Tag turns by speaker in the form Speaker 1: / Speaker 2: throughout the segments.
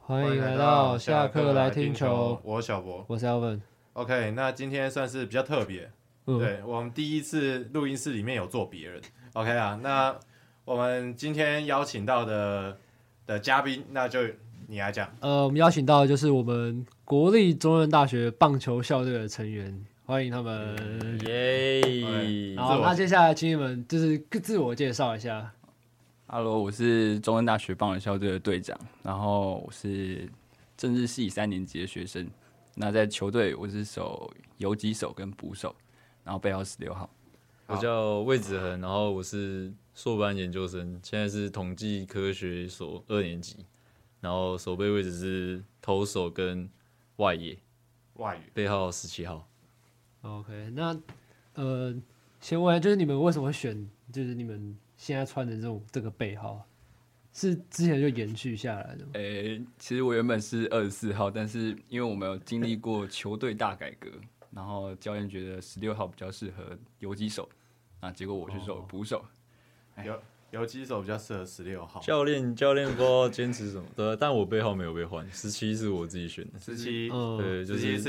Speaker 1: 欢迎来到下课来听球，
Speaker 2: 我是小博。
Speaker 1: 我是 Alvin。
Speaker 2: OK，那今天算是比较特别，
Speaker 1: 嗯
Speaker 2: 对我们第一次录音室里面有坐别人。OK 啊，那我们今天邀请到的的嘉宾，那就你来讲。
Speaker 1: 呃，我们邀请到的就是我们国立中正大学棒球校队的成员，欢迎他们。
Speaker 3: 耶
Speaker 2: 哎
Speaker 1: 好，
Speaker 2: 自我
Speaker 1: 那接下来请你们就是各自我介绍一下。
Speaker 3: ！Hello，我是中文大学棒球校队的队长，然后我是政治系三年级的学生。那在球队我是守游击手跟捕手，然后背号十六号。
Speaker 4: 我叫魏子恒，然后我是硕班研究生，现在是统计科学所二年级，然后守备位置是投手跟外野，
Speaker 2: 外语
Speaker 4: 背号十七号。
Speaker 1: OK，那呃，先问一下就是你们为什么会选就是你们现在穿的这种这个背号，是之前就延续下来的吗？
Speaker 3: 诶、其实我原本是二十四号，但是因为我们有经历过球队大改革，然后教练觉得十六号比较适合游击手，啊，结果我去守捕手。
Speaker 2: 游击手比较适合十六号，
Speaker 4: 教练教练不知道坚持什么，对，但我背号没有被换，十七是我自己选的。
Speaker 2: 十七，
Speaker 1: 嗯，
Speaker 4: 对，就
Speaker 2: 十七
Speaker 4: 哦是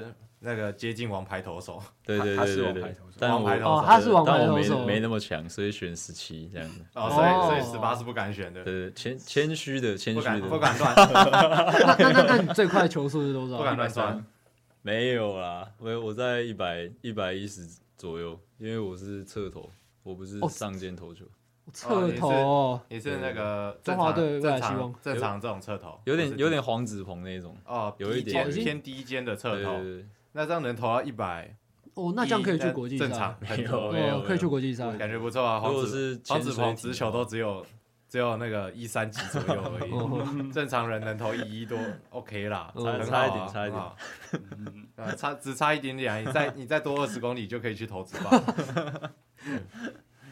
Speaker 2: 是那个接近王牌投手。
Speaker 4: 对对
Speaker 3: 他他
Speaker 4: 对
Speaker 3: 是
Speaker 4: 对
Speaker 3: 王牌
Speaker 4: 对
Speaker 3: 投手，
Speaker 4: 但
Speaker 2: 王
Speaker 4: 我
Speaker 2: 牌投手
Speaker 1: 哦他是王牌
Speaker 4: 但我
Speaker 1: 投手
Speaker 4: 没没那么强，所以选十七这样子。
Speaker 2: 哦，所以
Speaker 1: 哦
Speaker 2: 所以十八是不敢选的，
Speaker 4: 对对，谦谦虚的哦谦
Speaker 2: 不
Speaker 4: 虚
Speaker 2: 敢不
Speaker 4: 的，
Speaker 2: 敢乱
Speaker 1: 那那那那你最快球速是多少？
Speaker 2: 不敢乱算。
Speaker 4: 没有啦，我我在一百一百一十左右，因为我是侧投，我不是
Speaker 1: 哦
Speaker 4: 上肩投球，
Speaker 1: 侧头哦，
Speaker 2: 也是那个
Speaker 1: 中华队未
Speaker 2: 正
Speaker 1: 来希
Speaker 2: 常
Speaker 1: 望
Speaker 2: 正常这种侧投，
Speaker 4: 有
Speaker 2: 不
Speaker 4: 点
Speaker 2: 是
Speaker 4: 有点黄子鹏那种。
Speaker 2: 哦，
Speaker 4: 有一
Speaker 2: 低
Speaker 4: 点
Speaker 2: 肩
Speaker 1: 已经
Speaker 2: 偏低肩的侧
Speaker 4: 对
Speaker 2: 投
Speaker 4: 对，对，
Speaker 2: 那这样能投到一百，
Speaker 1: 哦，那这样可以去国际赛
Speaker 2: 正。常
Speaker 4: 没有
Speaker 1: 哦
Speaker 4: 没有，
Speaker 1: 可以去国际赛。
Speaker 2: 感觉不错啊。
Speaker 4: 如
Speaker 2: 黄
Speaker 4: 果
Speaker 2: 子
Speaker 4: 是
Speaker 2: 黄
Speaker 4: 潜
Speaker 2: 子
Speaker 4: 水
Speaker 2: 鹏
Speaker 4: 艇
Speaker 2: 直球都只有只有那个一三级左右而
Speaker 1: 哦
Speaker 2: 已， 正常人能投一一多 OK 啦，
Speaker 1: 嗯
Speaker 2: 很好
Speaker 4: 差一
Speaker 2: 啊
Speaker 4: 点差一点
Speaker 2: 很好呃差只差一点点啊，你再你再多二十公里就可以去投直 棒。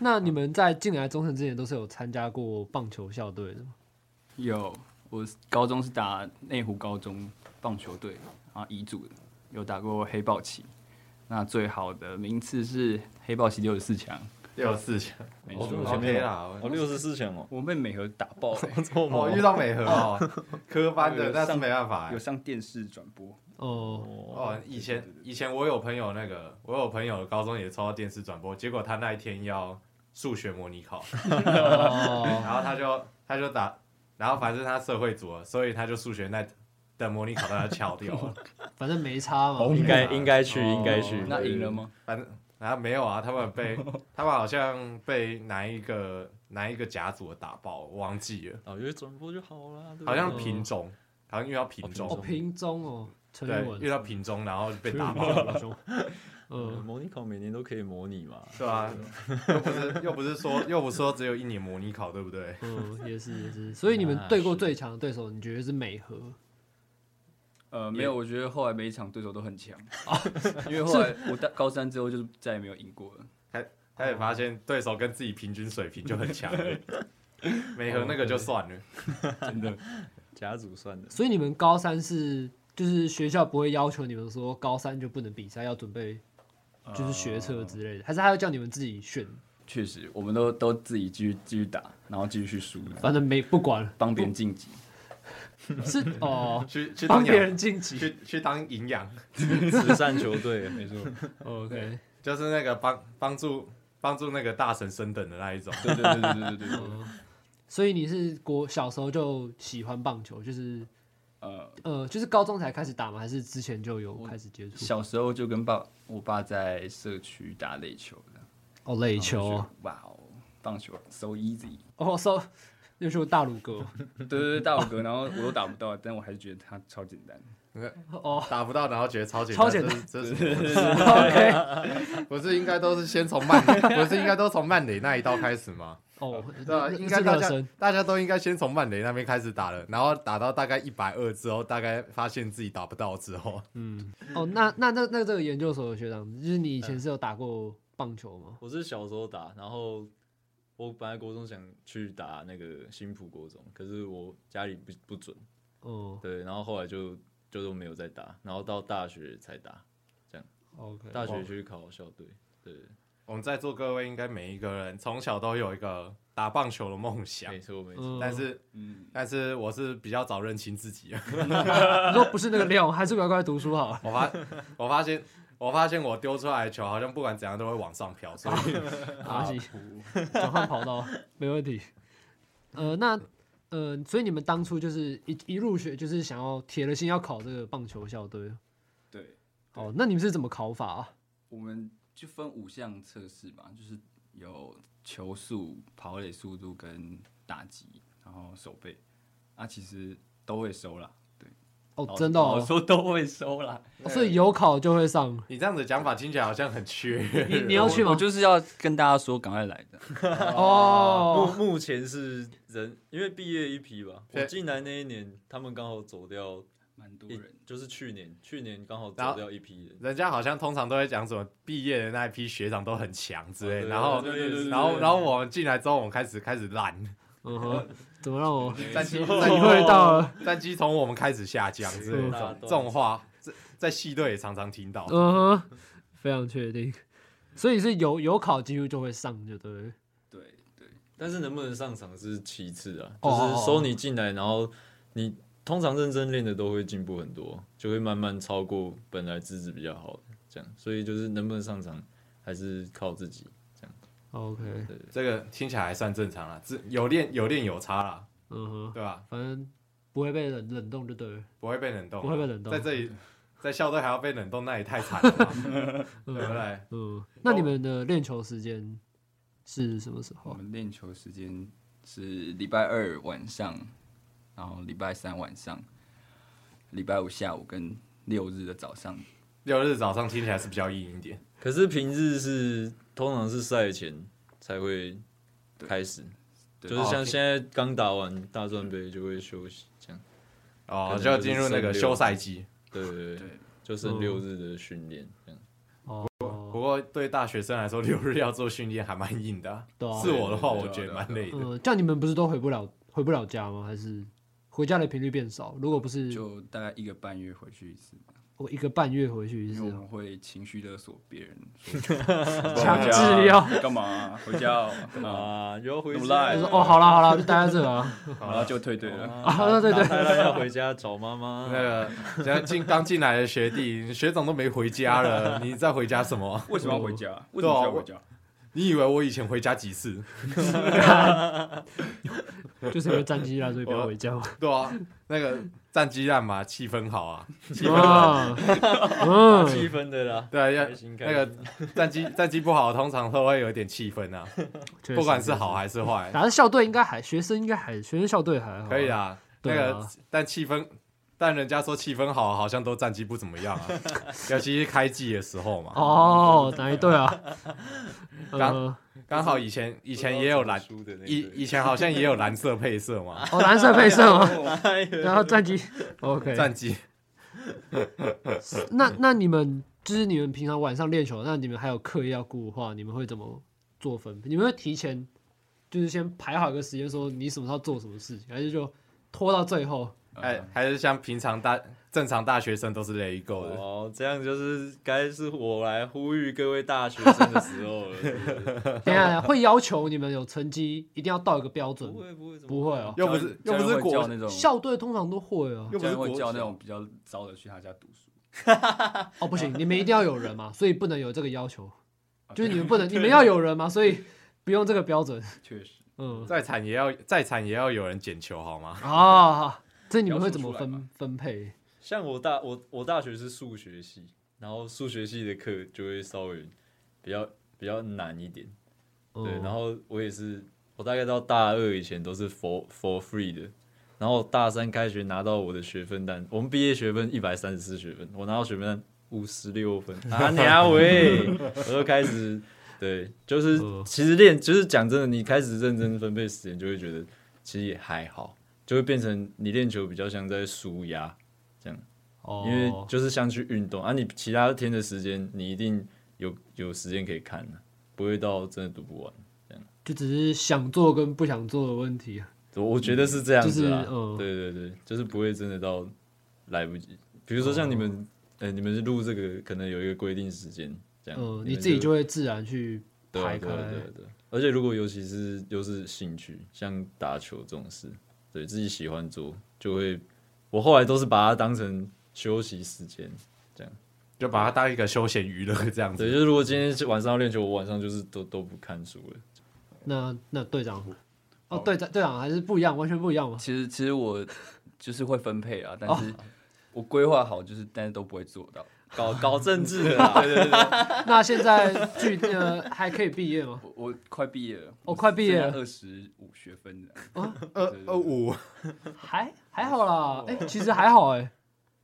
Speaker 1: 那你们在进来中诚之前都是有参加过棒球校队的吗？
Speaker 3: 有，我高中是打内湖高中棒球队，然后乙组的，有打过黑豹旗。那最好的名次是黑豹旗六十四强，
Speaker 2: 六四强
Speaker 3: 没
Speaker 4: 哦
Speaker 3: 错。
Speaker 4: 这么前面
Speaker 2: ，OK
Speaker 3: 啊
Speaker 4: 有
Speaker 2: 啦。
Speaker 4: 哦，六十四强哦，
Speaker 3: 我被美和打爆、欸，
Speaker 2: 我遇到美和 哦，科班的，
Speaker 3: 有
Speaker 2: 但是
Speaker 3: 上
Speaker 2: 没办法欸
Speaker 3: 有。上电视转播。
Speaker 1: 哦，
Speaker 2: 哦，以前以前我有朋友那个，我有朋友高中也抽到电视转播，结果他那一天要数学模拟考，
Speaker 1: 呃
Speaker 2: 然后他就他就打，然后反正他社会组了，所以他就数学那的模拟考他就翘掉了，
Speaker 1: 反正没差嘛。
Speaker 4: 应该应该去
Speaker 1: 哦
Speaker 4: 应该去，
Speaker 3: 那赢了吗？
Speaker 2: 反正然后没有啊，他们被他们好像被哪一个哪一个甲组的打爆，我忘记了，
Speaker 4: 对？对对哦，因为转播就好啦，对不对
Speaker 2: 好像品种，好像遇到品
Speaker 1: 哦，
Speaker 2: 种，
Speaker 1: 平中哦，陈
Speaker 2: 对
Speaker 1: 宇，文
Speaker 2: 遇到品种然后就被打爆，
Speaker 1: 嗯，
Speaker 4: 呃模拟考每年都可以模拟嘛。
Speaker 2: 对啊，又不是又不是说又不是说只有一年模拟考，对不对？
Speaker 1: 嗯，也是也是。所以你们对过最强的对手，你觉得是美和？
Speaker 3: 呃，没有，我觉得后来每一场对手都很 强，因为后来我到高三之后就再也没有赢过了。
Speaker 2: 他也发现对手跟自己平均水平就很 强了，美和那个就算了，
Speaker 4: 甲组算的，
Speaker 1: 所以你们高三是就是学校不会要求你们说高三就不能比赛，要准备就是学车之类的，
Speaker 2: 啊
Speaker 1: 还是他要叫你们自己选？
Speaker 3: 确实，我们都都自己继续继续打，然后继续去输，
Speaker 1: 反正没不管了，
Speaker 3: 帮别人晋级。
Speaker 1: 是 哦，
Speaker 2: 去去
Speaker 1: 帮
Speaker 2: 当
Speaker 1: 别
Speaker 2: 养，
Speaker 1: 人晋级。
Speaker 2: 去去当营养，
Speaker 4: 慈善球队啊没错。
Speaker 1: 哦 OK。
Speaker 2: 就是那个帮帮助帮助那个大神升等的那一种。
Speaker 3: 对对对对对对对。
Speaker 1: 嗯所以你是国小时候就喜欢棒球，就是
Speaker 3: 呃，
Speaker 1: 呃，就是高中才开始打吗？还是之前就有开始接触？
Speaker 3: 小时候就跟爸我爸在社区打垒球的。
Speaker 1: 哦，垒球
Speaker 3: 我就觉
Speaker 1: 哦
Speaker 3: 得哇哦，棒球 so easy。
Speaker 1: 哦，搜又是大鲁哥
Speaker 3: 对对对，大五哥，然后我都打不到，但我还是觉得他超简单。
Speaker 1: 哦。
Speaker 2: 打不到，然后觉得超简单，
Speaker 1: 超简单
Speaker 2: 这是，这是
Speaker 1: OK，
Speaker 2: 不是应该都是先 从曼，不是应该都从曼雷那一道开始吗？
Speaker 1: 哦，
Speaker 2: 对啊，
Speaker 1: 那
Speaker 2: 应该
Speaker 1: 是
Speaker 2: 大
Speaker 1: 热
Speaker 2: 家
Speaker 1: 身
Speaker 2: 大家都应该先从曼雷那边开始打了，然后打到大概一百二之后，大概发现自己打不到之 后，
Speaker 1: 哦。那那那那这个研究所的学长，就是你以前是有打过棒球吗？
Speaker 4: 我是小时候打，然后我本来国中想去打那个新浦国中，可是我家里不不准，
Speaker 1: 哦
Speaker 4: 对，然后后来就就都没有再打，然后到大学才打，
Speaker 1: ，OK，
Speaker 4: 大学去考校队，对，
Speaker 2: 我们在座各位应该每一个人从小都有一个打棒球的梦想
Speaker 4: 没，错没错，
Speaker 1: 嗯
Speaker 2: 但是，但是我是比较早认清自己的，
Speaker 1: 哦你说不是那个料，还是乖乖读书好了。
Speaker 2: 我发，我发现，我发现我丢出来的球好像不管怎样都会往上飘，所 以。
Speaker 1: 阿西，啊 转换跑道，没问题。呃，那呃，所以你们当初就是一一入学就是想要铁了心要考这个棒球校队。
Speaker 3: 对，
Speaker 1: 哦，那你们是怎么考法啊？
Speaker 3: 我们就分五项测试吧，就是有球速、跑垒速度跟打击，然后手背，啊，其实都会收啦。
Speaker 1: 哦，真的哦
Speaker 3: 我，说都会收啦。
Speaker 1: 哦所以有考就会上
Speaker 2: 你这样子讲法听起来好像很缺。
Speaker 1: 你你要去
Speaker 3: 我
Speaker 1: 吗？
Speaker 3: 就是要跟大家说，赶快来的。
Speaker 1: 哦，
Speaker 4: 目目前是人，因为毕业一批吧，
Speaker 2: 对
Speaker 4: 我进来那一年，他们刚好走掉
Speaker 3: 蛮多
Speaker 4: 一
Speaker 3: 人，，
Speaker 4: 就是去年，去年刚好
Speaker 2: 然
Speaker 4: 走
Speaker 2: 后
Speaker 4: 掉一批人。
Speaker 2: 人家好像通常都会讲什么毕业的那一批学长都很强之类的，
Speaker 4: 哦对
Speaker 2: 然后
Speaker 4: 对对对对对
Speaker 2: 然后然后我们进来之后，我们开始开始烂，
Speaker 1: 嗯哼，怎么让我
Speaker 2: 战绩
Speaker 3: 哦
Speaker 1: 体会到了？
Speaker 2: 战绩从我们开始下降之类
Speaker 1: 是
Speaker 2: 的
Speaker 4: 大
Speaker 2: 这
Speaker 4: 段
Speaker 2: 种话，在在系队也常常听到。
Speaker 1: 嗯哼，非常确定。所以是有有考几乎就会上，就对了。
Speaker 3: 对对，
Speaker 4: 但是能不能上场是其次啊，就
Speaker 1: 哦
Speaker 4: 是收你进来，然后你通常认真练的都会进步很多，就会慢慢超过本来资质比较好的这样。所以就是能不能上场还是靠自己。
Speaker 1: OK，
Speaker 2: 这个听起来还算正常啦，只有练有练有差啦，
Speaker 1: 嗯哼，
Speaker 2: 对吧？
Speaker 1: 反正不会被冷冷冻就对了。
Speaker 2: 不会被冷冻，啊
Speaker 1: 不会被冷冻
Speaker 2: 在这里在校队还要被冷冻，那也太惨了吧，对不
Speaker 1: 嗯
Speaker 2: 对？
Speaker 1: 嗯，那
Speaker 2: 哦
Speaker 1: 你们的练球时间是什么时
Speaker 3: 我
Speaker 1: 候？
Speaker 3: 们练球时间是礼拜二晚上，然后礼拜三晚上，礼拜五下午跟六日的早上。
Speaker 2: 六日早上听起来是比较硬一点，
Speaker 4: 可是平日是通常是赛前才会开始，
Speaker 3: 对
Speaker 4: 就是
Speaker 2: 哦
Speaker 4: 像现在刚打完大专杯就会休息这样。
Speaker 2: 哦，
Speaker 4: 可能
Speaker 2: 就进入那个
Speaker 4: 就是
Speaker 2: 休赛季。
Speaker 4: 对对对
Speaker 3: 对，
Speaker 4: 就剩六日的训练这样。
Speaker 2: 不
Speaker 1: 哦，
Speaker 2: 过对大学生来说，六日要做训练还蛮硬的啊、
Speaker 1: 对啊
Speaker 2: 是我的话，
Speaker 3: 对
Speaker 2: 我
Speaker 3: 对对
Speaker 2: 觉得蛮累的。
Speaker 1: 嗯，这样你们不是都回不了回不了家吗？还是回家的频率变少？如果不是
Speaker 3: 就大概一个半月回去一次，
Speaker 1: 我一个半月回去一
Speaker 3: 因
Speaker 1: 次
Speaker 3: 为我
Speaker 1: 哦，
Speaker 3: 们会情绪勒索别人，
Speaker 1: 强制要
Speaker 3: 干嘛 啊、回家哦、
Speaker 2: 嗯
Speaker 3: 干嘛啊、
Speaker 4: 啊，有回
Speaker 3: 那么
Speaker 4: 家
Speaker 3: 赖
Speaker 1: 就说哦，好啦好啦，就待在这了 啊。
Speaker 3: 然后就退队了。
Speaker 1: 啊对对
Speaker 4: 打开了要回家找 妈妈。
Speaker 2: 那个，像进刚进来的学弟，学长都没回家了，你再回家什么？
Speaker 3: 为什么要回家？为什么需要回家？
Speaker 2: 你以为我以前回家几次？
Speaker 1: 就是因为战机啦，所以不要回家嘛。
Speaker 2: 对啊，那个战机烂嘛，气氛好啊。
Speaker 1: 啊，嗯，
Speaker 4: 气氛的啦，
Speaker 2: 对啊，要
Speaker 4: 开心 开
Speaker 2: 那
Speaker 4: 心。
Speaker 2: 个战机战绩不好，通常都会有点气氛啊，
Speaker 1: 确实
Speaker 2: 不管是好，还是坏，
Speaker 1: 反正校队应该还学生应该还学生校队
Speaker 3: 哦
Speaker 1: 还好，
Speaker 2: 可以，啊。那
Speaker 1: 对啊
Speaker 2: 个，但气氛，但人家说气氛好，好像都战绩不怎么样 啊，尤其是开季的时候嘛。
Speaker 1: 哦，哪一队 啊？
Speaker 2: 刚
Speaker 1: 呃，
Speaker 2: 刚好以前以前也有蓝，
Speaker 4: 输的那
Speaker 2: 以以前好像也有蓝色配色嘛，
Speaker 1: 哦，蓝色配色 吗？
Speaker 4: 前
Speaker 1: 然后战机，OK，
Speaker 2: 战机。
Speaker 1: 那那你们就是你们平常晚上练球，那你们还有课业要顾的话，你们会怎么做分配？你们会提前就是先排好一个时间，说你什么时候要做什么事情，还是就拖到最后？
Speaker 3: 嗯
Speaker 2: 哎，还是像平常大正常大学生都是雷够的。
Speaker 4: 哦，这样就是该是我来呼吁各位大学生的 时候了。
Speaker 1: 等一下会要求你们有成绩一定要到一个标准
Speaker 4: 不，会不会，怎么
Speaker 1: 不会哦。
Speaker 2: 啊又不是又不是
Speaker 3: 教
Speaker 2: 国，
Speaker 3: 那种，
Speaker 1: 校队通常都会啊，
Speaker 2: 又不
Speaker 3: 教
Speaker 2: 是
Speaker 3: 练会
Speaker 2: 国
Speaker 3: 叫那
Speaker 2: 小
Speaker 3: 种比较糟的去他家读书。
Speaker 1: 哦不行，你们一定要有人嘛，所以不能有这个要求，就是你们不能，你们要有人嘛，所以不用这个标准，
Speaker 3: 确实，
Speaker 1: 嗯，
Speaker 2: 再惨也要再惨也要有人捡球好吗？
Speaker 1: 啊，这你们
Speaker 3: 描述
Speaker 1: 会怎么
Speaker 3: 出来
Speaker 1: 分
Speaker 3: 嘛
Speaker 1: 分配？
Speaker 4: 像我大我我大学是数学系，然后数学系的课就会稍微比较比较难一点。对，然
Speaker 1: 后
Speaker 4: 后我也是，我大概到大二以前都是 for for free 的，然后大三开学拿到我的学分单，我们毕业学分一百三十四学分，我拿到学分单五十六分，啊娘喂，我就开始，对，就是
Speaker 1: 嗯
Speaker 4: 其实练，就是讲真的，你开始认真分配时间，就会觉得其实也还好，就会变成你练球比较像在舒压，因为
Speaker 1: 哦，
Speaker 4: 就是像去运动啊，你其他天的时间你一定有有时间可以看啊不会到真的读不完。
Speaker 1: 就只是想做跟不想做的问题，啊
Speaker 4: 我我觉得是这样子啦，啊
Speaker 1: 就是嗯
Speaker 4: 对对对，就是不会真的到来不及。比如说像你们，
Speaker 1: 哦
Speaker 4: 呃、你们是录这个，可能有一个规定时间，这样，
Speaker 1: 嗯，
Speaker 4: 们
Speaker 1: 你自己就会自然去
Speaker 4: 对啊
Speaker 1: 排
Speaker 4: 对啊
Speaker 1: 开
Speaker 4: 对啊对啊而且如果尤其是又是兴趣，像打球这种事，对自己喜欢做，就会我后来都是把它当成休息时间。
Speaker 2: 就把它当一个休闲娱乐这样
Speaker 4: 对，
Speaker 2: 子。
Speaker 4: 就是如果今天是晚上要练球，我晚上就是都都不看书了。
Speaker 1: 那那队长，哦，队长队长还是不一样，完全不一样嘛。
Speaker 3: 其实其实我就是会分配啊，
Speaker 2: 哦
Speaker 3: 但是我规划好就是，但是都不会做到。
Speaker 4: 搞搞政治的啦，对对对
Speaker 1: 那现在距呃还可以毕业吗？
Speaker 3: 我我快毕业了，
Speaker 1: 哦快毕业了
Speaker 3: 二十五学分的，
Speaker 2: 二二五，
Speaker 1: 还还好啦，哎、其实还好哎、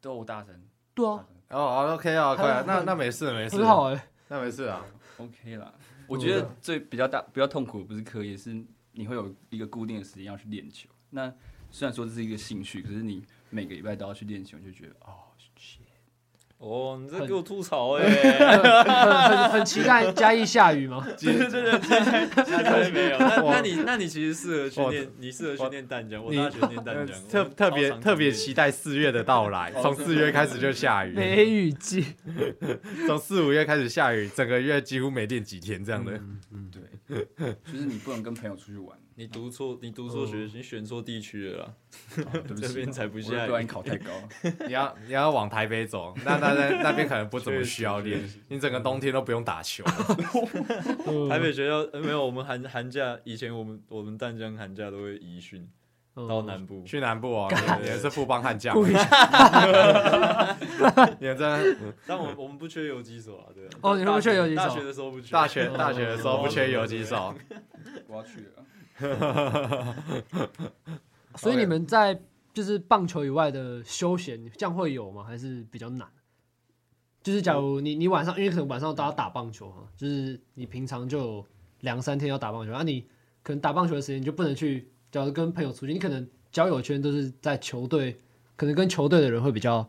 Speaker 3: 都我大三
Speaker 1: 对啊，
Speaker 2: 哦哦，OK 啊，快啊，那那没事没事
Speaker 1: 很，好哎、
Speaker 2: 那没事啊。
Speaker 3: ，OK 啦。
Speaker 1: 哦
Speaker 3: 我觉得最比较大、比较痛苦的不是课业，是你会有一个固定的时间要去练球。那虽然说这是一个兴趣，可是你每个礼拜都要去练球，就觉得哦，
Speaker 4: 哦，你这
Speaker 1: 很
Speaker 4: 给我吐槽哎、欸，
Speaker 1: 很很很期待嘉义下雨 吗？
Speaker 4: 对对对，对没有。那
Speaker 2: 哇
Speaker 4: 那你那你其实适合去念，你适合去念淡江，我
Speaker 2: 你
Speaker 4: 大学念淡江，
Speaker 2: 呃特
Speaker 4: 我
Speaker 2: 特别
Speaker 4: 超常去
Speaker 2: 特别
Speaker 4: 念
Speaker 2: 期待四月的到来，从四月开始就下雨，
Speaker 1: 梅雨季，
Speaker 2: 从四五月开始下雨，整个月几乎没练几天这样的。
Speaker 4: 嗯
Speaker 1: 嗯
Speaker 3: 对，就是你不能跟朋友出去 玩，
Speaker 4: 你读错，你读错学，你选错地区了啦。
Speaker 3: 哦对不起，
Speaker 4: 这边才不下雨
Speaker 3: 我不然考太高。
Speaker 2: 你要你要往台北走，那那那那边可能不怎么需要练
Speaker 4: 确实，嗯
Speaker 2: 你整个冬天都不用打球。
Speaker 4: 台北学校呃没有，我们寒寒假以前我们我们淡江寒假都会移训
Speaker 1: 嗯
Speaker 4: 到南部，
Speaker 2: 去南部哦，你也是富邦悍将， 你们 真的
Speaker 4: 但我们我们不缺游击手啊，对啊。
Speaker 1: 哦你们不缺游击手
Speaker 4: 大学的时候不缺，哦
Speaker 2: 大学大学的时候不缺游击手，
Speaker 3: 我要去了，
Speaker 1: 所以你们在就是棒球以外的休闲，这样会有吗？还是比较难？就是假如你你晚上，因为可能晚上大家打棒球嘛，就是你平常就有两三天要打棒球，那、啊你可能打棒球的时间你就不能去，假如跟朋友出去，你可能交友圈都是在球队，可能跟球队的人会比较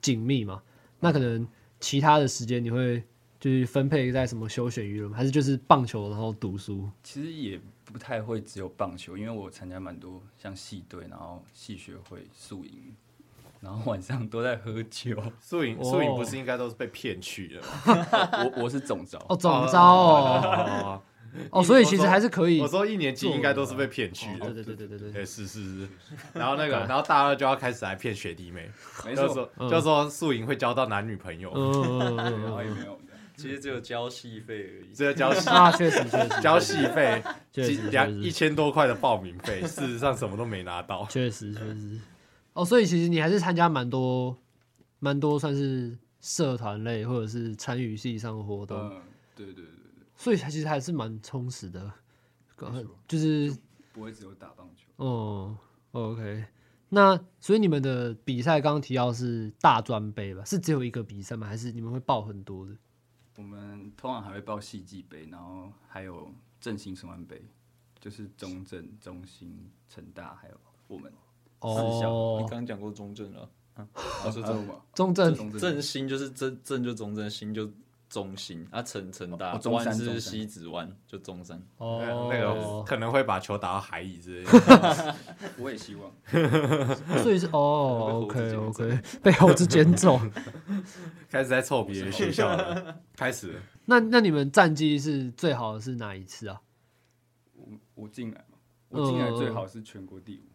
Speaker 1: 紧密嘛，那可能其他的时间你会就是分配在什么休闲娱乐吗，还是就是棒球然后读书？
Speaker 3: 其实也不太会只有棒球，因为我参加蛮多像系队，然后系学会、宿营，然后晚上都在喝酒。
Speaker 2: 素影
Speaker 1: 哦
Speaker 2: 素影不是应该都是被骗去的吗？
Speaker 3: 我我是总招，
Speaker 1: 哦，总招哦，
Speaker 2: 哦，
Speaker 1: 哦，所以其实还是可以
Speaker 2: 我。说一年级应该都是被骗去
Speaker 1: 哦对
Speaker 2: 的。
Speaker 1: 对对对对对。
Speaker 2: 对，呃是是 是，然后那个，然后大二就要开始来骗学弟妹，
Speaker 3: 没
Speaker 2: 就
Speaker 3: 错，
Speaker 2: 说就说素影会交到男女朋
Speaker 1: 哦
Speaker 2: 友，
Speaker 3: 然后
Speaker 1: 嗯
Speaker 3: 也没有
Speaker 4: 其实只有交戏费而已。
Speaker 2: 这个交 戏
Speaker 1: 啊，确实确 实
Speaker 2: 交戏费
Speaker 1: 确
Speaker 2: 几
Speaker 1: 实
Speaker 2: 两
Speaker 1: 确实
Speaker 2: 一千多块的报名费，事实上什么都没拿到。
Speaker 1: 确实确实。哦，所以其实你还是参加蛮多蛮多算是社团类或者是参与系上的活
Speaker 2: 呃
Speaker 1: 动，
Speaker 3: 嗯，对对对对，
Speaker 1: 所以其实还是蛮充实的。
Speaker 3: 没错
Speaker 1: 就是
Speaker 3: 不会只有打棒球。
Speaker 1: 哦，OK。那所以你们的比赛刚刚提到是大专杯吧？是只有一个比赛吗？还是你们会报很多的？
Speaker 3: 我们通常还会报戏剧杯，然后还有振兴双安杯，就是中正、中兴、成大，还有我们四项
Speaker 4: 你
Speaker 1: 哦，
Speaker 4: 刚讲过中正了，啊，是中
Speaker 3: 吗？
Speaker 1: 中正
Speaker 3: 中正
Speaker 4: 正兴就是正正就中正，兴就中兴啊，成成大
Speaker 3: 哦中山
Speaker 4: 湾
Speaker 3: 中
Speaker 4: 是
Speaker 3: 山
Speaker 4: 西子湾，就中山。
Speaker 1: 哦，
Speaker 2: 那个可能会把球打到海里之类 的。
Speaker 3: 我也希望。
Speaker 1: 所以是哦
Speaker 4: 可能
Speaker 1: ，OK
Speaker 4: 被猴子
Speaker 1: OK，被猴子捡 走。
Speaker 2: 开始在凑别的学校了，开始了
Speaker 1: 那那你们战绩是最好的是哪一次啊？
Speaker 3: 我我进来嘛，我进来最好是全国第五，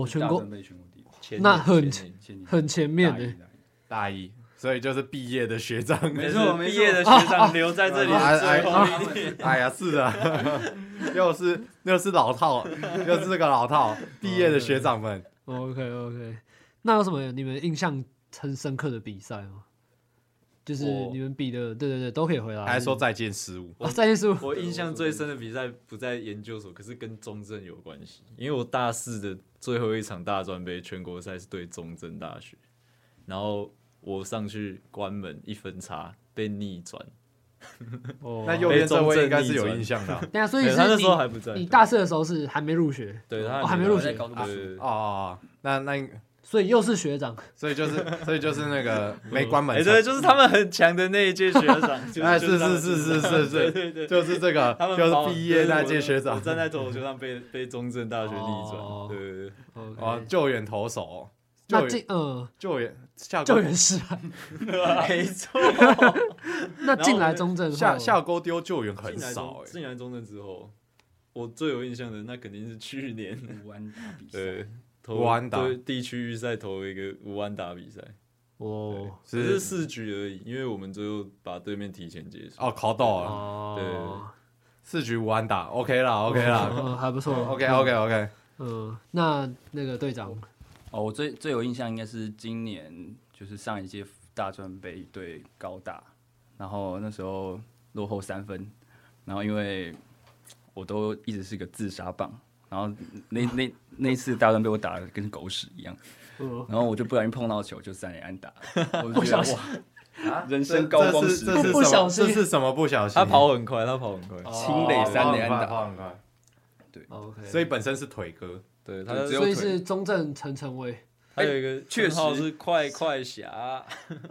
Speaker 1: 我全
Speaker 3: 大
Speaker 1: 国
Speaker 3: 专杯全国第五，
Speaker 4: 前
Speaker 1: 那
Speaker 4: 年
Speaker 1: 很
Speaker 4: 前年
Speaker 3: 前年
Speaker 1: 很前面欸
Speaker 3: 大一
Speaker 1: 呢。
Speaker 3: 大一
Speaker 2: 大一，所以就是毕业的学长。
Speaker 3: 没
Speaker 4: 就是
Speaker 3: 错没错
Speaker 4: 毕业的学长留在这里
Speaker 2: 啊啊
Speaker 4: 最后一年。
Speaker 2: 哎呀，是 啊，又是又是老套，又是这个老套，毕业的学长们，
Speaker 1: OK OK，那有什么你们印象很深刻的比赛吗？就是
Speaker 4: 我
Speaker 1: 你们比的，对哦对对，都可以回答。
Speaker 2: 还说再见失误。
Speaker 1: 啊，赛事
Speaker 4: 我印象最深的比赛不在研究所，可是跟中正有关系，因为我大四的最后一场大专杯全国赛是对中正大学，然后我上去关门一分差被逆转，
Speaker 1: 哦，
Speaker 2: 那右边这位应该是有印象 的啊
Speaker 1: 等一下，所以
Speaker 4: 对
Speaker 1: 是
Speaker 4: 他那时候
Speaker 1: 你
Speaker 4: 还不在，
Speaker 1: 你大四的时候是还没入学，
Speaker 4: 对他
Speaker 1: 哦还没
Speaker 4: 到
Speaker 1: 入学
Speaker 3: 在，高中
Speaker 4: 对
Speaker 3: 时
Speaker 4: 对对
Speaker 2: 哦哦，哦那那
Speaker 1: 所以又是学长。
Speaker 2: 所以就是所以就是那 个没关门
Speaker 4: 哎，，对，就是他们很强的那一届学 长，就
Speaker 2: 哎
Speaker 4: 就是他
Speaker 2: 是
Speaker 4: 们
Speaker 2: 是是是
Speaker 4: 对
Speaker 2: 是，
Speaker 4: 对对，
Speaker 2: 就是这个
Speaker 4: 他，们把
Speaker 2: 就
Speaker 4: 我
Speaker 2: 是毕业那届学
Speaker 4: 我
Speaker 2: 长，
Speaker 4: 站在投球上被被中正大学逆
Speaker 1: 哦
Speaker 4: 转，对对对。
Speaker 1: OK，
Speaker 2: 哦哦，救援投手，
Speaker 1: 那
Speaker 2: 就
Speaker 1: 进呃
Speaker 2: 救援下
Speaker 1: 救
Speaker 2: 钩
Speaker 1: 援是啊，
Speaker 4: 没错，
Speaker 1: 那进来中正后
Speaker 2: 下下钩丢救援很少哎、
Speaker 4: 进来中正之后，我最有印象的那肯定是去 年
Speaker 3: 五安打比赛，
Speaker 4: 对，投
Speaker 2: 五安打
Speaker 4: 对地区预赛投了一个五安打比赛，
Speaker 1: 哦
Speaker 4: 只是四局而已，因为我们最后把对面提前结束。
Speaker 2: 哦，考到了，
Speaker 1: 哦，
Speaker 2: 四局五安打，OK 啦，OK 啦
Speaker 1: 嗯，还不错
Speaker 2: ，OK OK
Speaker 4: 哦
Speaker 2: OK，
Speaker 1: 嗯，那那个队长
Speaker 3: 哦，我最最有印象应该是今年，就是上一届大专杯对高大，然后那时候落后三分，然后因为我都一直是个自杀棒，然后那那那一次大专杯我打的跟狗屎一样，
Speaker 1: 嗯
Speaker 3: 然后我就不小心碰到球就三连安打，我就
Speaker 1: 不
Speaker 3: 觉
Speaker 1: 小
Speaker 3: 得
Speaker 1: 心
Speaker 3: 哇，人生高光时刻
Speaker 2: 这是
Speaker 1: 不
Speaker 2: 这是什
Speaker 1: 小
Speaker 2: 么？
Speaker 1: 心
Speaker 2: 这是什么不小心？哦
Speaker 4: 他跑很快，他跑很快，
Speaker 3: 清垒三连安打，
Speaker 2: 打，
Speaker 1: 哦，OK，
Speaker 2: 所以本身是腿哥，
Speaker 4: 对他
Speaker 3: 就只有
Speaker 1: 所以是中正陈晨威
Speaker 4: 他有一
Speaker 2: 哎
Speaker 4: 个
Speaker 3: 确
Speaker 4: 确
Speaker 3: 实
Speaker 4: 号是快快侠，啊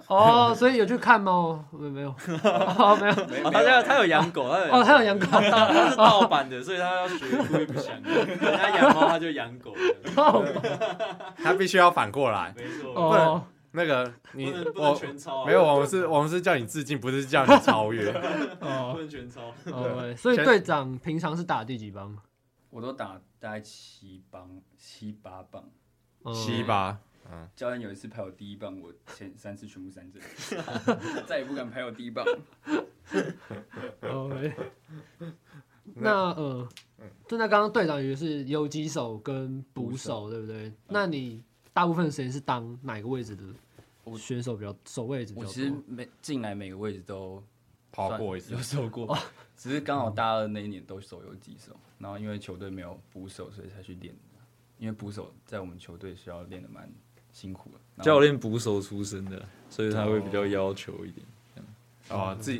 Speaker 1: 哦，所以有去看吗？没没有，哦没有，
Speaker 4: 他有他有养狗，他有
Speaker 1: 哦他有养狗，
Speaker 4: 他 是盗版的，所以他要学故意不想养，他养猫他就养狗，
Speaker 2: 他必须要反过来。
Speaker 4: 没错，
Speaker 1: 哦
Speaker 2: 那个
Speaker 4: 不
Speaker 2: 你
Speaker 4: 能不能
Speaker 2: 我
Speaker 4: 全抄啊，
Speaker 2: 没有，我们是我们是叫你致敬，不是叫你超 越。
Speaker 4: 不
Speaker 1: 哦
Speaker 4: 能全抄，
Speaker 1: 哦，所以队长平常是打第几帮？
Speaker 3: 我都打大概七棒七八棒。
Speaker 1: 嗯
Speaker 2: 七吧，
Speaker 3: 教练有一次拍我第一棒，我前三次全部 三振，再也不敢拍我第一棒。
Speaker 1: 哦 喂那呃，就那刚刚队长也是游击手跟捕手，嗯对不对？那你大部分的时间是当哪个位置的选手比较守位置比
Speaker 3: 我
Speaker 1: 较
Speaker 3: 其实
Speaker 1: 多？哦
Speaker 3: 每进来每个位置都
Speaker 2: 跑过一次
Speaker 3: 有。守过，只是刚好大二那一年都守有几手，然后因为球队没有捕手，所以才去练。因为捕手在我们球队是要练的蛮辛苦的，然后
Speaker 4: 教练捕手出身的，所以他会比较要求一点。
Speaker 2: 哦，自己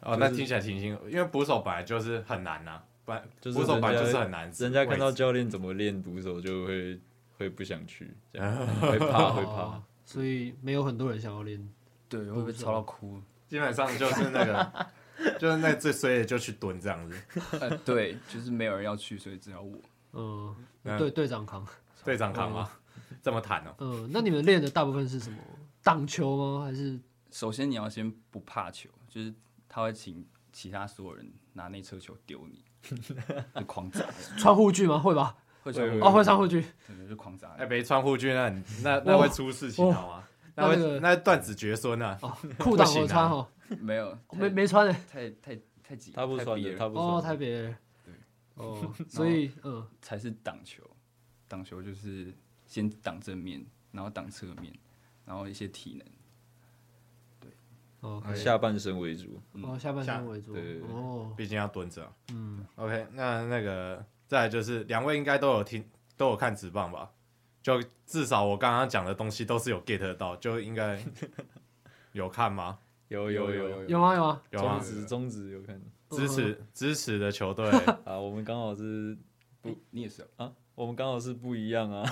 Speaker 3: 嗯
Speaker 2: 哦，那听起来挺辛苦，因为捕手本来就是很难呐，不然
Speaker 4: 就是
Speaker 2: 捕手
Speaker 4: 人
Speaker 2: 本来
Speaker 4: 家
Speaker 2: 就是很难。
Speaker 4: 人家看到
Speaker 2: 位置
Speaker 4: 教练怎么练捕手，就会会不想去，这 样会怕会怕
Speaker 1: 哦。所以没有很多人想要练。
Speaker 3: 对会被操到 哭。
Speaker 2: 基本上就是那 个，就是那最衰的就去蹲这样子。
Speaker 3: 呃，对，就是没有人要去，所以只有我。
Speaker 1: 嗯，
Speaker 2: 嗯
Speaker 1: 对，队长扛。
Speaker 2: 队长扛吗？ 这么惨哦。
Speaker 1: 嗯，那你们练的大部分是什么？挡球吗？还是
Speaker 3: 首先你要先不怕球，就是他会请其他所有人拿那车球丢 你，就狂砸，
Speaker 1: 穿护具吗？会吧？
Speaker 3: 会说
Speaker 4: 会
Speaker 1: 哦，会穿护具。
Speaker 3: 对就狂砸。
Speaker 2: 哎，没穿护具那很那那会出事情
Speaker 1: 哇
Speaker 2: 好吗？
Speaker 1: 那
Speaker 2: 那会
Speaker 1: 那个
Speaker 2: 那断子绝孙啊！
Speaker 1: 哦，裤裆
Speaker 2: 不行
Speaker 1: 我
Speaker 2: 啊
Speaker 1: 穿哦，
Speaker 3: 没有，
Speaker 1: 没没穿诶。
Speaker 3: 太太太挤，
Speaker 4: 他不
Speaker 3: 太
Speaker 4: 穿
Speaker 3: 憋
Speaker 4: 的，
Speaker 3: 了
Speaker 4: 啊他不
Speaker 1: 哦，
Speaker 4: 穿
Speaker 1: 太
Speaker 4: 的。
Speaker 1: 别了。哦，所以嗯，
Speaker 3: 才是挡球。挡球就是先挡正面，然后挡侧面，然后一些体能。
Speaker 1: 哦，
Speaker 4: 下半身为主，
Speaker 1: 哦，下半
Speaker 2: 下
Speaker 1: 身为主
Speaker 4: 对对。对
Speaker 1: 哦，
Speaker 2: 毕竟要蹲着。
Speaker 1: 嗯，
Speaker 2: OK，那那个再来就是两位应该都有听都有看直棒吧？就至少我刚刚讲的东西都是有 get 到，就应该有看 吗？
Speaker 4: 有有啊
Speaker 3: 有有有
Speaker 4: 有，
Speaker 1: 有吗？有吗？
Speaker 2: 有吗
Speaker 4: 中？指中指有看
Speaker 2: 支持支持的球队
Speaker 4: 啊，我们刚好是
Speaker 3: 不，你也是哦
Speaker 4: 啊，我们刚好是不一样啊。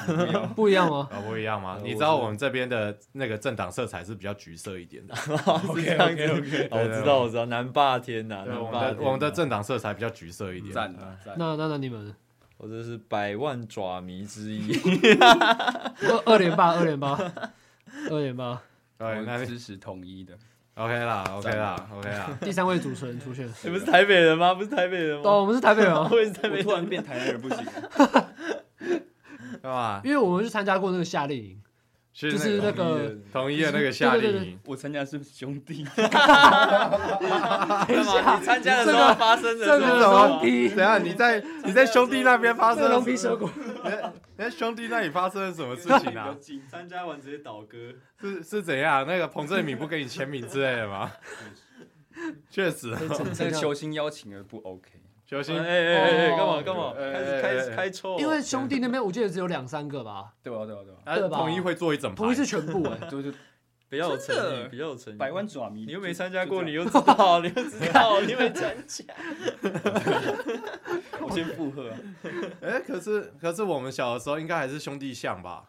Speaker 1: 不一样吗？
Speaker 2: 啊不一样吗
Speaker 4: 呃？
Speaker 2: 你
Speaker 4: 我
Speaker 2: 知道
Speaker 4: 是
Speaker 2: 我们这边的那个政党色彩是比较橘色一点的，
Speaker 4: OK OK OK，我知道我知道，南霸天呐，
Speaker 2: 对
Speaker 4: 南
Speaker 2: 我们
Speaker 4: 霸
Speaker 2: 的
Speaker 4: 天，
Speaker 2: 我们的，政党色彩比较橘色一点。
Speaker 3: 赞啊赞！
Speaker 1: 那那那你们
Speaker 4: 我这是百万爪迷之一，
Speaker 1: 二二连八，二连八，二连八。
Speaker 2: 对，哎那
Speaker 3: 我
Speaker 2: 你
Speaker 3: 支持统 一的，
Speaker 2: OK 啦，OK 啦 ，OK 啦。
Speaker 1: 第三位主持人出现。
Speaker 4: 你不是台北人吗？不是台北人
Speaker 1: 哦，
Speaker 4: 吗？
Speaker 1: 我们是台北人啊，
Speaker 4: 我也是台北
Speaker 3: 我
Speaker 4: 人
Speaker 3: 突然变台南人不行，
Speaker 2: 干嘛？
Speaker 1: 因为我们去参加过那个夏令营，
Speaker 2: 就
Speaker 1: 就是那个
Speaker 2: 同一的那个夏
Speaker 1: 对
Speaker 2: 令
Speaker 1: 对对
Speaker 2: 营，
Speaker 3: 我参加是兄弟，
Speaker 4: 干嘛？你参加的时候发生 的
Speaker 1: 这
Speaker 4: 是
Speaker 1: 个怎
Speaker 4: 吗
Speaker 1: 么
Speaker 2: 等一下你在你在兄弟那边发生
Speaker 1: 这
Speaker 2: 了
Speaker 1: 龙皮蛇骨。
Speaker 2: 你在兄弟那里发生了什么 事情
Speaker 4: 哎
Speaker 2: 啊？
Speaker 4: 参加完直接倒戈，
Speaker 2: 是是怎样？那个彭振敏不给你签名之类的 吗？确实，
Speaker 3: 这个球星邀请而不 OK，
Speaker 2: 球
Speaker 4: 哎
Speaker 2: 星
Speaker 4: 哎哎
Speaker 1: 哦
Speaker 4: 哎，干嘛干嘛？
Speaker 2: 哎
Speaker 4: 开
Speaker 2: 哎
Speaker 4: 始开
Speaker 2: 哎
Speaker 4: 始开抽，
Speaker 1: 因为兄弟那边我记得只有两三个吧，
Speaker 3: 对啊吧对吧对吧？
Speaker 2: 他
Speaker 1: 对吧
Speaker 2: 统啊一会做一整排
Speaker 1: 不，是全部 哎。
Speaker 3: 对对，
Speaker 4: 比较有诚
Speaker 3: 真的
Speaker 4: 意，比较有诚意。
Speaker 3: 百万爪迷，
Speaker 4: 你又没参加过，
Speaker 3: 就
Speaker 4: 你又知道， 你又知道，你又没参加。
Speaker 3: 就这样我先附和啊，
Speaker 2: 哎，可是可是我们小的时候应该还是兄弟像吧？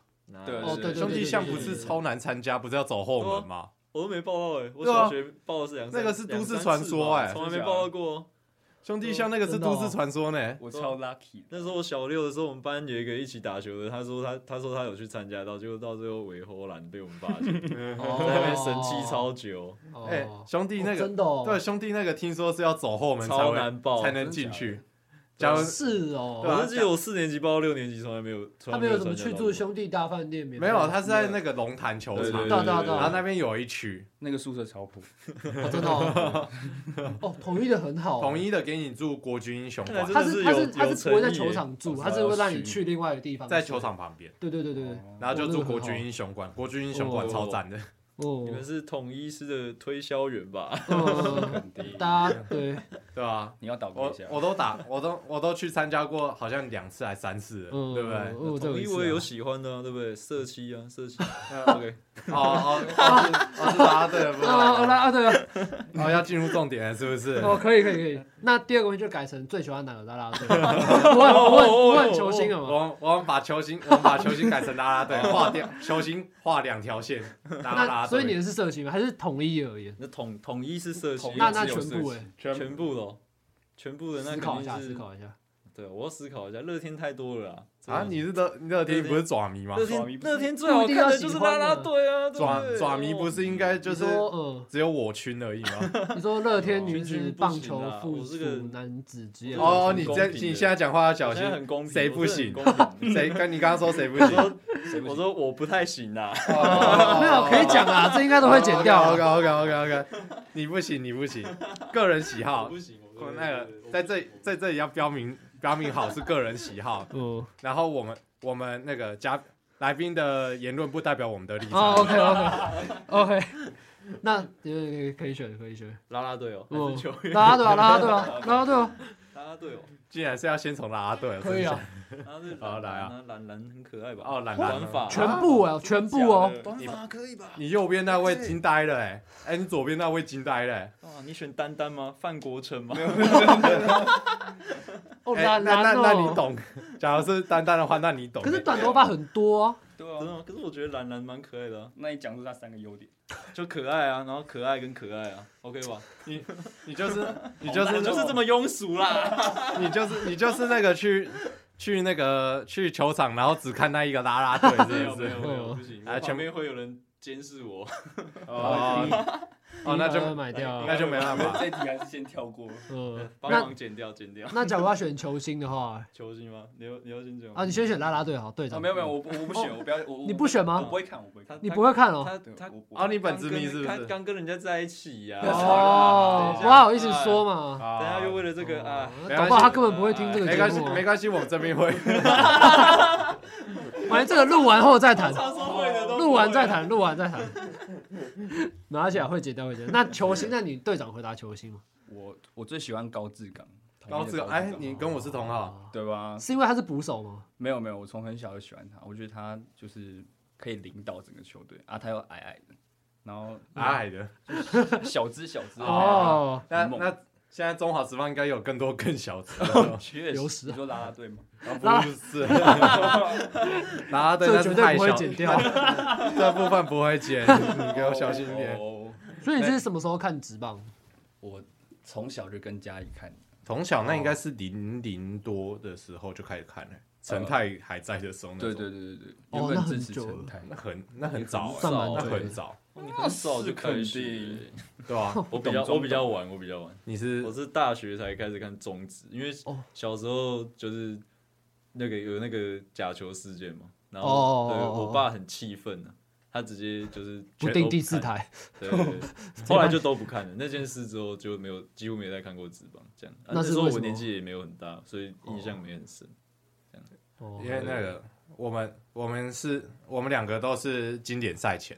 Speaker 3: 对
Speaker 1: 哦，对对，对哦
Speaker 2: 兄弟像
Speaker 1: 对
Speaker 2: 不
Speaker 1: 对对
Speaker 2: 是
Speaker 1: 对
Speaker 2: 超难参加，不是要走后门吗？
Speaker 4: 我都没报到哎，我
Speaker 2: 对啊
Speaker 4: 小学报的是两三
Speaker 2: 那个是都市传说哎
Speaker 4: 两三次吧从来没报到过。
Speaker 2: 兄弟像那个是
Speaker 1: 真的哦
Speaker 2: 都市传说呢。
Speaker 3: 我超 lucky 的。
Speaker 4: 那时候我小六的时候，我们班有一个一起打球的，他说他他说他有去参加到，结果到最后尾后懒被我们发现，在那边神气超久，
Speaker 2: 哎、
Speaker 1: 哦
Speaker 2: 兄弟那
Speaker 1: 哦
Speaker 2: 个、
Speaker 1: 真的哦
Speaker 2: 对兄弟那个，听说是要走后门才
Speaker 4: 超
Speaker 2: 会
Speaker 4: 难报
Speaker 2: 哦才能
Speaker 3: 真的
Speaker 2: 进
Speaker 3: 假的
Speaker 2: 去。假如
Speaker 1: 是哦，
Speaker 2: 对啊
Speaker 4: 我是记得我四年级报到六年级从来没有，从
Speaker 1: 他
Speaker 4: 来
Speaker 1: 没有
Speaker 4: 有
Speaker 1: 怎么去住
Speaker 4: 做，
Speaker 1: 兄弟大饭店，免
Speaker 2: 没
Speaker 1: 费
Speaker 2: 有，他是在那个龙潭球
Speaker 4: 对对
Speaker 2: 场，
Speaker 4: 对
Speaker 1: 对对对
Speaker 2: 然后那边有一区
Speaker 3: 那个宿舍超普，
Speaker 1: 哦真的哦，哦，统一的很好，
Speaker 2: 统一的给你住国军英雄
Speaker 4: 看来
Speaker 2: 馆，
Speaker 1: 他
Speaker 4: 真
Speaker 1: 是
Speaker 4: 的
Speaker 1: 他
Speaker 4: 是有
Speaker 1: 是他
Speaker 4: 有
Speaker 1: 是不会在
Speaker 4: 诚意
Speaker 1: 球
Speaker 4: 耶
Speaker 1: 场住，
Speaker 3: 哦
Speaker 1: 他
Speaker 3: 是
Speaker 1: 是会
Speaker 3: 要
Speaker 1: 让你
Speaker 3: 去
Speaker 1: 去另外一个地方，
Speaker 2: 在球，场旁边，
Speaker 1: 对对对对对，
Speaker 2: 然后就
Speaker 1: 哦
Speaker 2: 住
Speaker 1: 那个
Speaker 2: 国
Speaker 1: 很
Speaker 2: 军
Speaker 1: 好
Speaker 2: 英雄馆，国军英雄馆
Speaker 1: 哦
Speaker 2: 超赞的。
Speaker 4: 你们
Speaker 1: 哦，
Speaker 4: 是统一师的推销员吧？
Speaker 1: 嗯，
Speaker 3: 肯定。
Speaker 1: 大家对，
Speaker 2: 对啊，
Speaker 3: 你要倒戈
Speaker 2: 我
Speaker 3: 一下，
Speaker 2: 我都打，我都我都去参加过，好像两次还三次了，
Speaker 1: 嗯，
Speaker 2: 对不对？
Speaker 1: 哦
Speaker 4: 统一我也有，喜欢的、啊，对不对？社七啊，社七，OK，
Speaker 2: 哦哦，哦是哦是答对了，不
Speaker 1: 我有一次啊啊啊
Speaker 2: 是
Speaker 1: 啊，对啊，
Speaker 2: 哦，要进入重点了，是不是？
Speaker 1: 哦，可以可以可以。那第二个问题就改成最喜欢哪个啦啦队？我很我很我很球星了嘛。
Speaker 2: 我们我们把球星，我们把球星改成啦啦队，画掉球星画两条线，啦啦
Speaker 1: 那
Speaker 2: 啦队。
Speaker 1: 所以你的是社群吗？还是统一而言？
Speaker 4: 那统统一是社七
Speaker 3: 统，一
Speaker 1: 那
Speaker 3: 是
Speaker 1: 那
Speaker 3: 有
Speaker 1: 全
Speaker 3: 社
Speaker 1: 部
Speaker 3: 群
Speaker 1: 哎，
Speaker 2: 全
Speaker 4: 全部咯，全部的那
Speaker 1: 思
Speaker 4: 肯
Speaker 1: 考
Speaker 4: 定
Speaker 1: 一下，
Speaker 4: 是
Speaker 1: 思考一下。
Speaker 4: 对，我要思考一下，乐天太多了啦。真的
Speaker 2: 啊，你是乐你乐天不是爪迷吗？
Speaker 4: 乐
Speaker 3: 爪迷
Speaker 4: 天
Speaker 3: 不是
Speaker 4: 乐天最好看的就是啦啦队啊，对
Speaker 2: 爪
Speaker 4: 不对
Speaker 2: 爪迷不是应该就
Speaker 1: 你
Speaker 2: 是
Speaker 1: 说呃，
Speaker 2: 只有我群而已吗？
Speaker 1: 你说乐天女
Speaker 4: 全
Speaker 1: 子
Speaker 4: 军不
Speaker 1: 棒
Speaker 4: 行
Speaker 1: 球
Speaker 4: 啦
Speaker 1: 复
Speaker 4: 我这个
Speaker 1: 属男子职业
Speaker 4: 我这个
Speaker 1: 棒
Speaker 2: 哦，
Speaker 1: 球
Speaker 2: 你
Speaker 4: 公
Speaker 2: 这
Speaker 4: 平的
Speaker 2: 你现在讲话要
Speaker 4: 我
Speaker 2: 小
Speaker 4: 现
Speaker 2: 心
Speaker 4: 在，很公平，
Speaker 2: 谁不
Speaker 4: 我是
Speaker 2: 行
Speaker 4: 很公平
Speaker 2: 谁跟你刚刚说谁不
Speaker 4: 我
Speaker 2: 行？
Speaker 4: 说
Speaker 3: 谁不
Speaker 4: 我
Speaker 3: 行
Speaker 4: 说我不太行啊，
Speaker 1: 没有可以讲啦，这应该都会剪掉啊。
Speaker 2: OK OK OK OK，你不行你不行，个人喜
Speaker 4: 我
Speaker 2: 好
Speaker 4: 不。行，
Speaker 2: 我
Speaker 4: 我
Speaker 2: 那个在这里在这里要标明标明好是个人喜好，
Speaker 1: 哦
Speaker 2: 然后我们我们那个嘉来宾的言论不代表我们的立场。
Speaker 1: 哦，OK OK OK，那呃可以选可以选，
Speaker 4: 啦啦队哦，还
Speaker 1: 哦
Speaker 4: 是球员
Speaker 1: 啦啦队啊啦啦队啊啦啦队啊，
Speaker 4: 啦啦队哦，
Speaker 2: 竟然是要先从啦啦队，
Speaker 1: 可以啊，
Speaker 4: 啦啦队
Speaker 2: 好来啊，
Speaker 4: 蓝蓝很可爱吧？
Speaker 2: 哦懒懒
Speaker 4: 短发，
Speaker 1: 全部啊全部哦，
Speaker 4: 短
Speaker 2: 你
Speaker 4: 发可以吧？
Speaker 2: 你右边那位惊呆了哎、哎、你左边那位惊呆了、欸，
Speaker 4: 啊，你选丹丹吗？范国成吗？
Speaker 1: 哦
Speaker 2: 哎
Speaker 1: 啦啦
Speaker 2: 那那那
Speaker 1: 哦
Speaker 2: 你懂？假如是丹丹的话，那你懂？
Speaker 1: 可是短头发很多啊，
Speaker 3: 对
Speaker 4: 真的
Speaker 3: 啊，
Speaker 4: 吗？可是我觉得蓝蓝蛮可爱的啊，
Speaker 3: 那你讲出他三个优点，
Speaker 4: 就可爱啊，然后可爱跟可爱啊，OK 吧？
Speaker 2: 你就是你就
Speaker 4: 好
Speaker 2: 是
Speaker 4: 啦就是这么庸俗啦，
Speaker 2: 你就是你就是那个去去那个去球场，然后只看那一个啦啦队，
Speaker 4: 没
Speaker 2: 是
Speaker 4: 有
Speaker 2: 不
Speaker 4: 没
Speaker 2: 是
Speaker 4: 有？没
Speaker 1: 哦
Speaker 4: 有，不行，
Speaker 2: 啊
Speaker 4: 我
Speaker 2: 全
Speaker 4: 旁
Speaker 2: 部
Speaker 4: 边会有人监视 我。
Speaker 2: 哦哦，那
Speaker 1: 第一排会
Speaker 2: 就
Speaker 1: 买掉啊，
Speaker 2: 那就没办法。
Speaker 3: 这题还是先跳过。
Speaker 1: 嗯，
Speaker 4: 帮
Speaker 1: 那
Speaker 4: 忙剪掉，剪掉。
Speaker 1: 那假如要选球星的话，
Speaker 4: 球星吗？你要你要先讲
Speaker 1: 啊，你先选啦啦队好，队
Speaker 3: 啊，
Speaker 1: 长。
Speaker 3: 没有没有，，我不我不选，我不要，我我
Speaker 1: 你不选
Speaker 3: 我
Speaker 1: 吗
Speaker 3: 不？会看，我不会看。
Speaker 4: 他
Speaker 1: 你不会看哦？
Speaker 4: 他
Speaker 3: 对
Speaker 4: 他
Speaker 3: 我不
Speaker 2: 哦，你本之迷
Speaker 4: 刚
Speaker 2: 是
Speaker 4: 跟
Speaker 2: 不
Speaker 4: 他
Speaker 2: 是？
Speaker 4: 刚跟人家在一起呀。
Speaker 1: 哦，我好意思说嘛，
Speaker 4: 等一下又为
Speaker 2: 了
Speaker 4: 了这个啊，
Speaker 1: 哦搞不好他根本不会听这个
Speaker 2: 哦没
Speaker 1: 节
Speaker 2: 关系
Speaker 1: 目啊。
Speaker 2: 没关系，我们这边 会。
Speaker 1: 反正这个录完后再谈，
Speaker 4: 他说会的都
Speaker 1: 录完再谈，录完再谈。拿起来会剪掉会剪掉。那球星，那你队长回答球星嘛？
Speaker 3: 我我最喜欢高志刚，
Speaker 2: 高志刚，哎，你跟我是同号，
Speaker 1: 哦
Speaker 3: 对吧？
Speaker 1: 是因为他是捕手吗？
Speaker 3: 没有没有，我从很小就喜欢他，我觉得他就是可以领导整个球队啊，他又矮矮的，然后
Speaker 2: 矮
Speaker 4: 嗯
Speaker 2: 的。
Speaker 3: 小只小只 的
Speaker 1: 哦，
Speaker 2: 那
Speaker 3: 很猛
Speaker 2: 那现在中华职棒应该有更多更小只 的，
Speaker 4: 确
Speaker 1: 有
Speaker 4: 实
Speaker 1: 时
Speaker 3: 你说啦啦队吗？
Speaker 2: 啊不是？ 然后对，
Speaker 1: 这
Speaker 2: 那
Speaker 1: 个
Speaker 2: 是
Speaker 1: 绝
Speaker 2: 太
Speaker 1: 对不
Speaker 2: 小
Speaker 1: 会，剪掉。
Speaker 2: 这部分不会剪，你给我小心一点。
Speaker 3: 哦。
Speaker 1: 所以你是什么时候看直棒？
Speaker 3: 我从小就跟家里看，
Speaker 2: 从小那应该是零零多的时候就开始看了，陈泰还在的时候那种哎
Speaker 3: 对对对对对，
Speaker 1: 哦
Speaker 3: 原
Speaker 1: 那
Speaker 3: 本
Speaker 1: 很
Speaker 3: 支持
Speaker 1: 久了
Speaker 3: 陈泰，
Speaker 2: 那很那很早欸，
Speaker 1: 算蛮
Speaker 2: 那
Speaker 1: 久
Speaker 2: 很
Speaker 1: 的
Speaker 2: 早，
Speaker 4: 哦你很早就开
Speaker 3: 那是
Speaker 4: 始
Speaker 3: 肯。
Speaker 2: 对吧？
Speaker 4: 我比较我比较晚，我比较晚。
Speaker 2: 你是
Speaker 4: 我是大学才开始看中职，因为
Speaker 1: 哦
Speaker 4: 小时候就是那个有那个假球事件嘛，然后、
Speaker 1: 哦
Speaker 4: 对
Speaker 1: 哦哦
Speaker 4: 我爸很气愤啊，他直接就是
Speaker 1: 不
Speaker 4: 全
Speaker 1: 定
Speaker 4: 都
Speaker 1: 第四
Speaker 4: 看，
Speaker 1: 台，
Speaker 4: 对对对后来就都不看了。那件事之后就没有几乎没有再看过职棒这样，啊
Speaker 1: 那是
Speaker 4: 时候
Speaker 1: 为
Speaker 4: 我
Speaker 1: 什么
Speaker 4: 年纪也没有很大，所以印象没很深。
Speaker 1: 哦
Speaker 2: 因为那个我们我们是我们两个都是经典赛前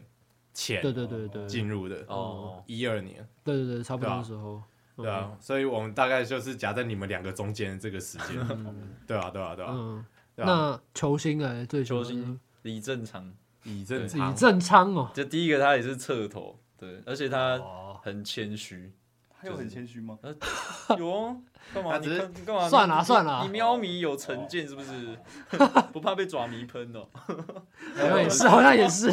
Speaker 2: 前
Speaker 1: 对对对对，对
Speaker 2: 进入的
Speaker 4: 哦
Speaker 2: 一二年，
Speaker 1: 对对，差不多
Speaker 2: 对啊
Speaker 1: 的时候。
Speaker 2: 对啊，所以我们大概就是夹在你们两个中间的这个时间，对啊对啊对啊，
Speaker 1: 嗯，
Speaker 2: 对啊，
Speaker 1: 那球星哎，最喜欢
Speaker 4: 球星李正昌，
Speaker 2: 以正常
Speaker 1: 李，正昌哦，
Speaker 4: 就第一个他也是侧头，对，而且他
Speaker 1: 哦
Speaker 4: 很谦虚。
Speaker 3: 他有很谦虚吗？
Speaker 4: 有啊，干嘛？
Speaker 2: 他
Speaker 4: 你
Speaker 2: 只是
Speaker 4: 看干嘛？
Speaker 1: 算啦
Speaker 4: 你你
Speaker 1: 算啊啦
Speaker 4: 你喵迷有成见是不是？不怕被爪迷喷哦。
Speaker 1: 好像也是，好像也是。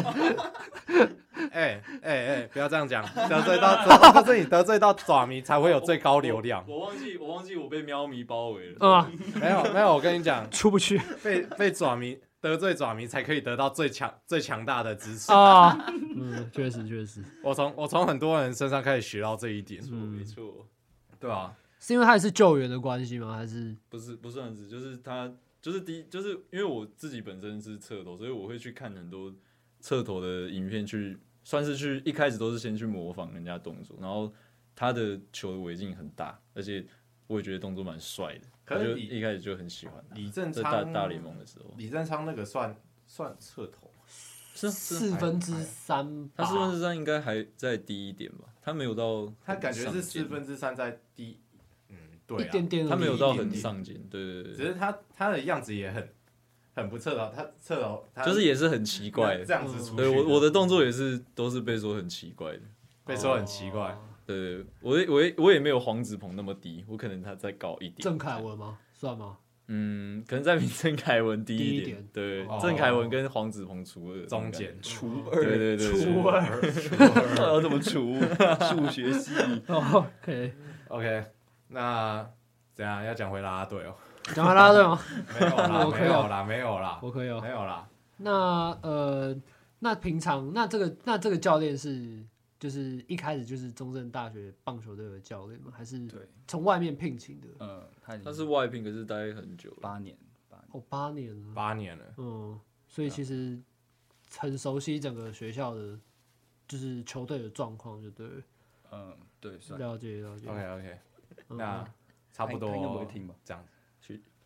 Speaker 2: 哎哎哎，不要这样讲，得罪到得就是你得罪到爪迷才会有最 高流量。
Speaker 4: 我忘记，我忘记我被喵迷包围了。
Speaker 1: 啊，
Speaker 2: 没有没有，我跟你讲，
Speaker 1: 出不去
Speaker 2: 被被爪迷得罪爪迷才可以得到最强最强大的支 持。
Speaker 1: 啊，嗯，确实确实，
Speaker 2: 我从我从很多人身上开始学到这一点。
Speaker 4: 没错，
Speaker 1: 嗯
Speaker 2: 对啊，
Speaker 1: 是因为他也是救援的关系吗？还是
Speaker 4: 不是不算是，就是他就是第一，就是因为我自己本身是侧头，所以我会去看很多侧头的影片去，算是去一开始都是先去模仿人家动作，然后他的球的尾径很大，而且我也觉得动作蛮帅的，
Speaker 2: 可是
Speaker 4: 我就
Speaker 2: 你
Speaker 4: 一开始就很喜欢他。
Speaker 2: 李正
Speaker 4: 在大大联盟的时候，
Speaker 2: 李正昌那个算算侧头，
Speaker 4: 是啊是
Speaker 1: 四
Speaker 4: 啊，
Speaker 1: 分之三吧？
Speaker 4: 他四分之三应该还再低一点吧，他没有到
Speaker 2: 他感觉是四
Speaker 4: 很上
Speaker 2: 分之三在低，嗯，对、啊，
Speaker 1: 一点点而已，哦
Speaker 4: 间，他没有到很
Speaker 2: 低
Speaker 4: 上进，对对对
Speaker 2: 只
Speaker 4: 对，
Speaker 2: 是他他的样子也很很不侧头，他侧头他
Speaker 4: 就是也是很奇怪的
Speaker 2: 这。样子出去。
Speaker 4: 对我我的动作也是都是被说很奇怪的。
Speaker 2: 被说很奇怪，
Speaker 1: 哦
Speaker 4: 对，我也我也我也没有黄子鹏那么低，我可能他再高一点。
Speaker 1: 郑凯，文吗？算吗？
Speaker 4: 嗯，可能再比郑凯文低
Speaker 1: 低一
Speaker 4: 一
Speaker 1: 点
Speaker 4: 点。对
Speaker 2: 哦，
Speaker 4: 郑凯文跟黄子鹏除二，
Speaker 2: 中间。
Speaker 3: 除
Speaker 4: 这
Speaker 3: 二，
Speaker 4: 种感觉。对对对，对
Speaker 1: 除二，
Speaker 3: 要怎么除？ 数学系，
Speaker 1: 哦，OK，
Speaker 2: OK，那怎样要讲回啦啦队 哦？
Speaker 1: 讲完啦，对吗？
Speaker 2: 没有啦，
Speaker 1: 我可
Speaker 2: 没
Speaker 1: 以
Speaker 2: 有
Speaker 1: 哦
Speaker 2: 啦，没有啦，
Speaker 1: 我可以哦
Speaker 2: 没。有啦。
Speaker 1: 那呃，那平常那这个那这个教练是就是一开始就是中正大学棒球队的教练吗？还是
Speaker 3: 对
Speaker 1: 从外面聘请的？
Speaker 3: 嗯，他已经
Speaker 4: 他是外聘，可是待很久了。
Speaker 3: 八年，八年
Speaker 1: 哦，八年了，
Speaker 2: 八年了，
Speaker 1: 嗯，所
Speaker 2: 啊
Speaker 1: 以其实很熟悉整个学校的就是球队的状况，就对了，
Speaker 3: 嗯，对，算
Speaker 1: 了解了解。
Speaker 2: 啊 OK OK，
Speaker 1: 嗯
Speaker 2: 那差不多
Speaker 3: 他应该不会听吧？
Speaker 2: 这样。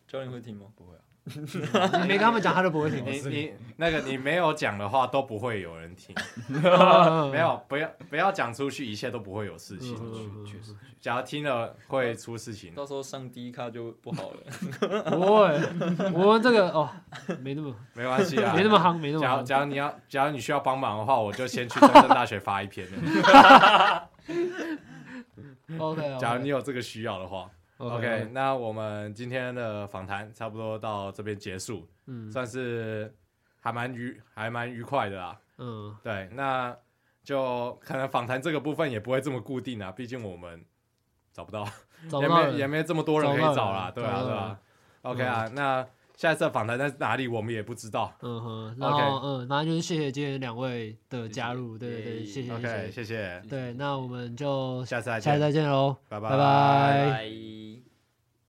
Speaker 4: 教练会听吗？
Speaker 3: 不会啊，
Speaker 1: 你嗯没跟他们讲，他就不会 听。
Speaker 2: 你你那个你没有讲的话都不会有人听，没
Speaker 1: 没
Speaker 2: 有不要不要讲出去，一切都不会有事情。
Speaker 1: 嗯
Speaker 3: 确确实，
Speaker 2: 假如听了会出事情，
Speaker 4: 到时候上低咖就不好了。
Speaker 1: 不会，我们这个哦，没那么
Speaker 2: 没关系啊，
Speaker 1: 没那么夯，没那么
Speaker 2: 假如
Speaker 1: 夯。
Speaker 2: 假如你要假如你需要帮忙的话，我就先去中正大学发一篇了。
Speaker 1: 嗯 OK，
Speaker 2: 假如你有这个需要的话
Speaker 1: OK，
Speaker 2: ，OK，那我们今天的访谈差不多到这边结束，
Speaker 1: 嗯
Speaker 2: 算是还蛮愉还蛮愉快的啦。
Speaker 1: 嗯，
Speaker 2: 对，那就可能访谈这个部分也不会这么固定啊，毕竟我们找不到，
Speaker 1: 找不
Speaker 2: 也
Speaker 1: 到
Speaker 2: 没也
Speaker 1: 人，
Speaker 2: 没这么多人可以找啦，
Speaker 1: 找
Speaker 2: 对
Speaker 1: 不到
Speaker 2: 啊
Speaker 1: 人
Speaker 2: 对啊。OK 啊，那下一次的访谈在哪里我们也不知道。
Speaker 1: 嗯哼，然后嗯，然后就是谢谢今天两位的加入，对对对，谢谢
Speaker 2: OK，
Speaker 1: 谢谢，
Speaker 2: 谢谢，
Speaker 1: 对，那我们就
Speaker 2: 下次再
Speaker 1: 下次
Speaker 2: 见，
Speaker 1: 再见喽，
Speaker 2: 拜
Speaker 1: 拜拜
Speaker 3: 拜。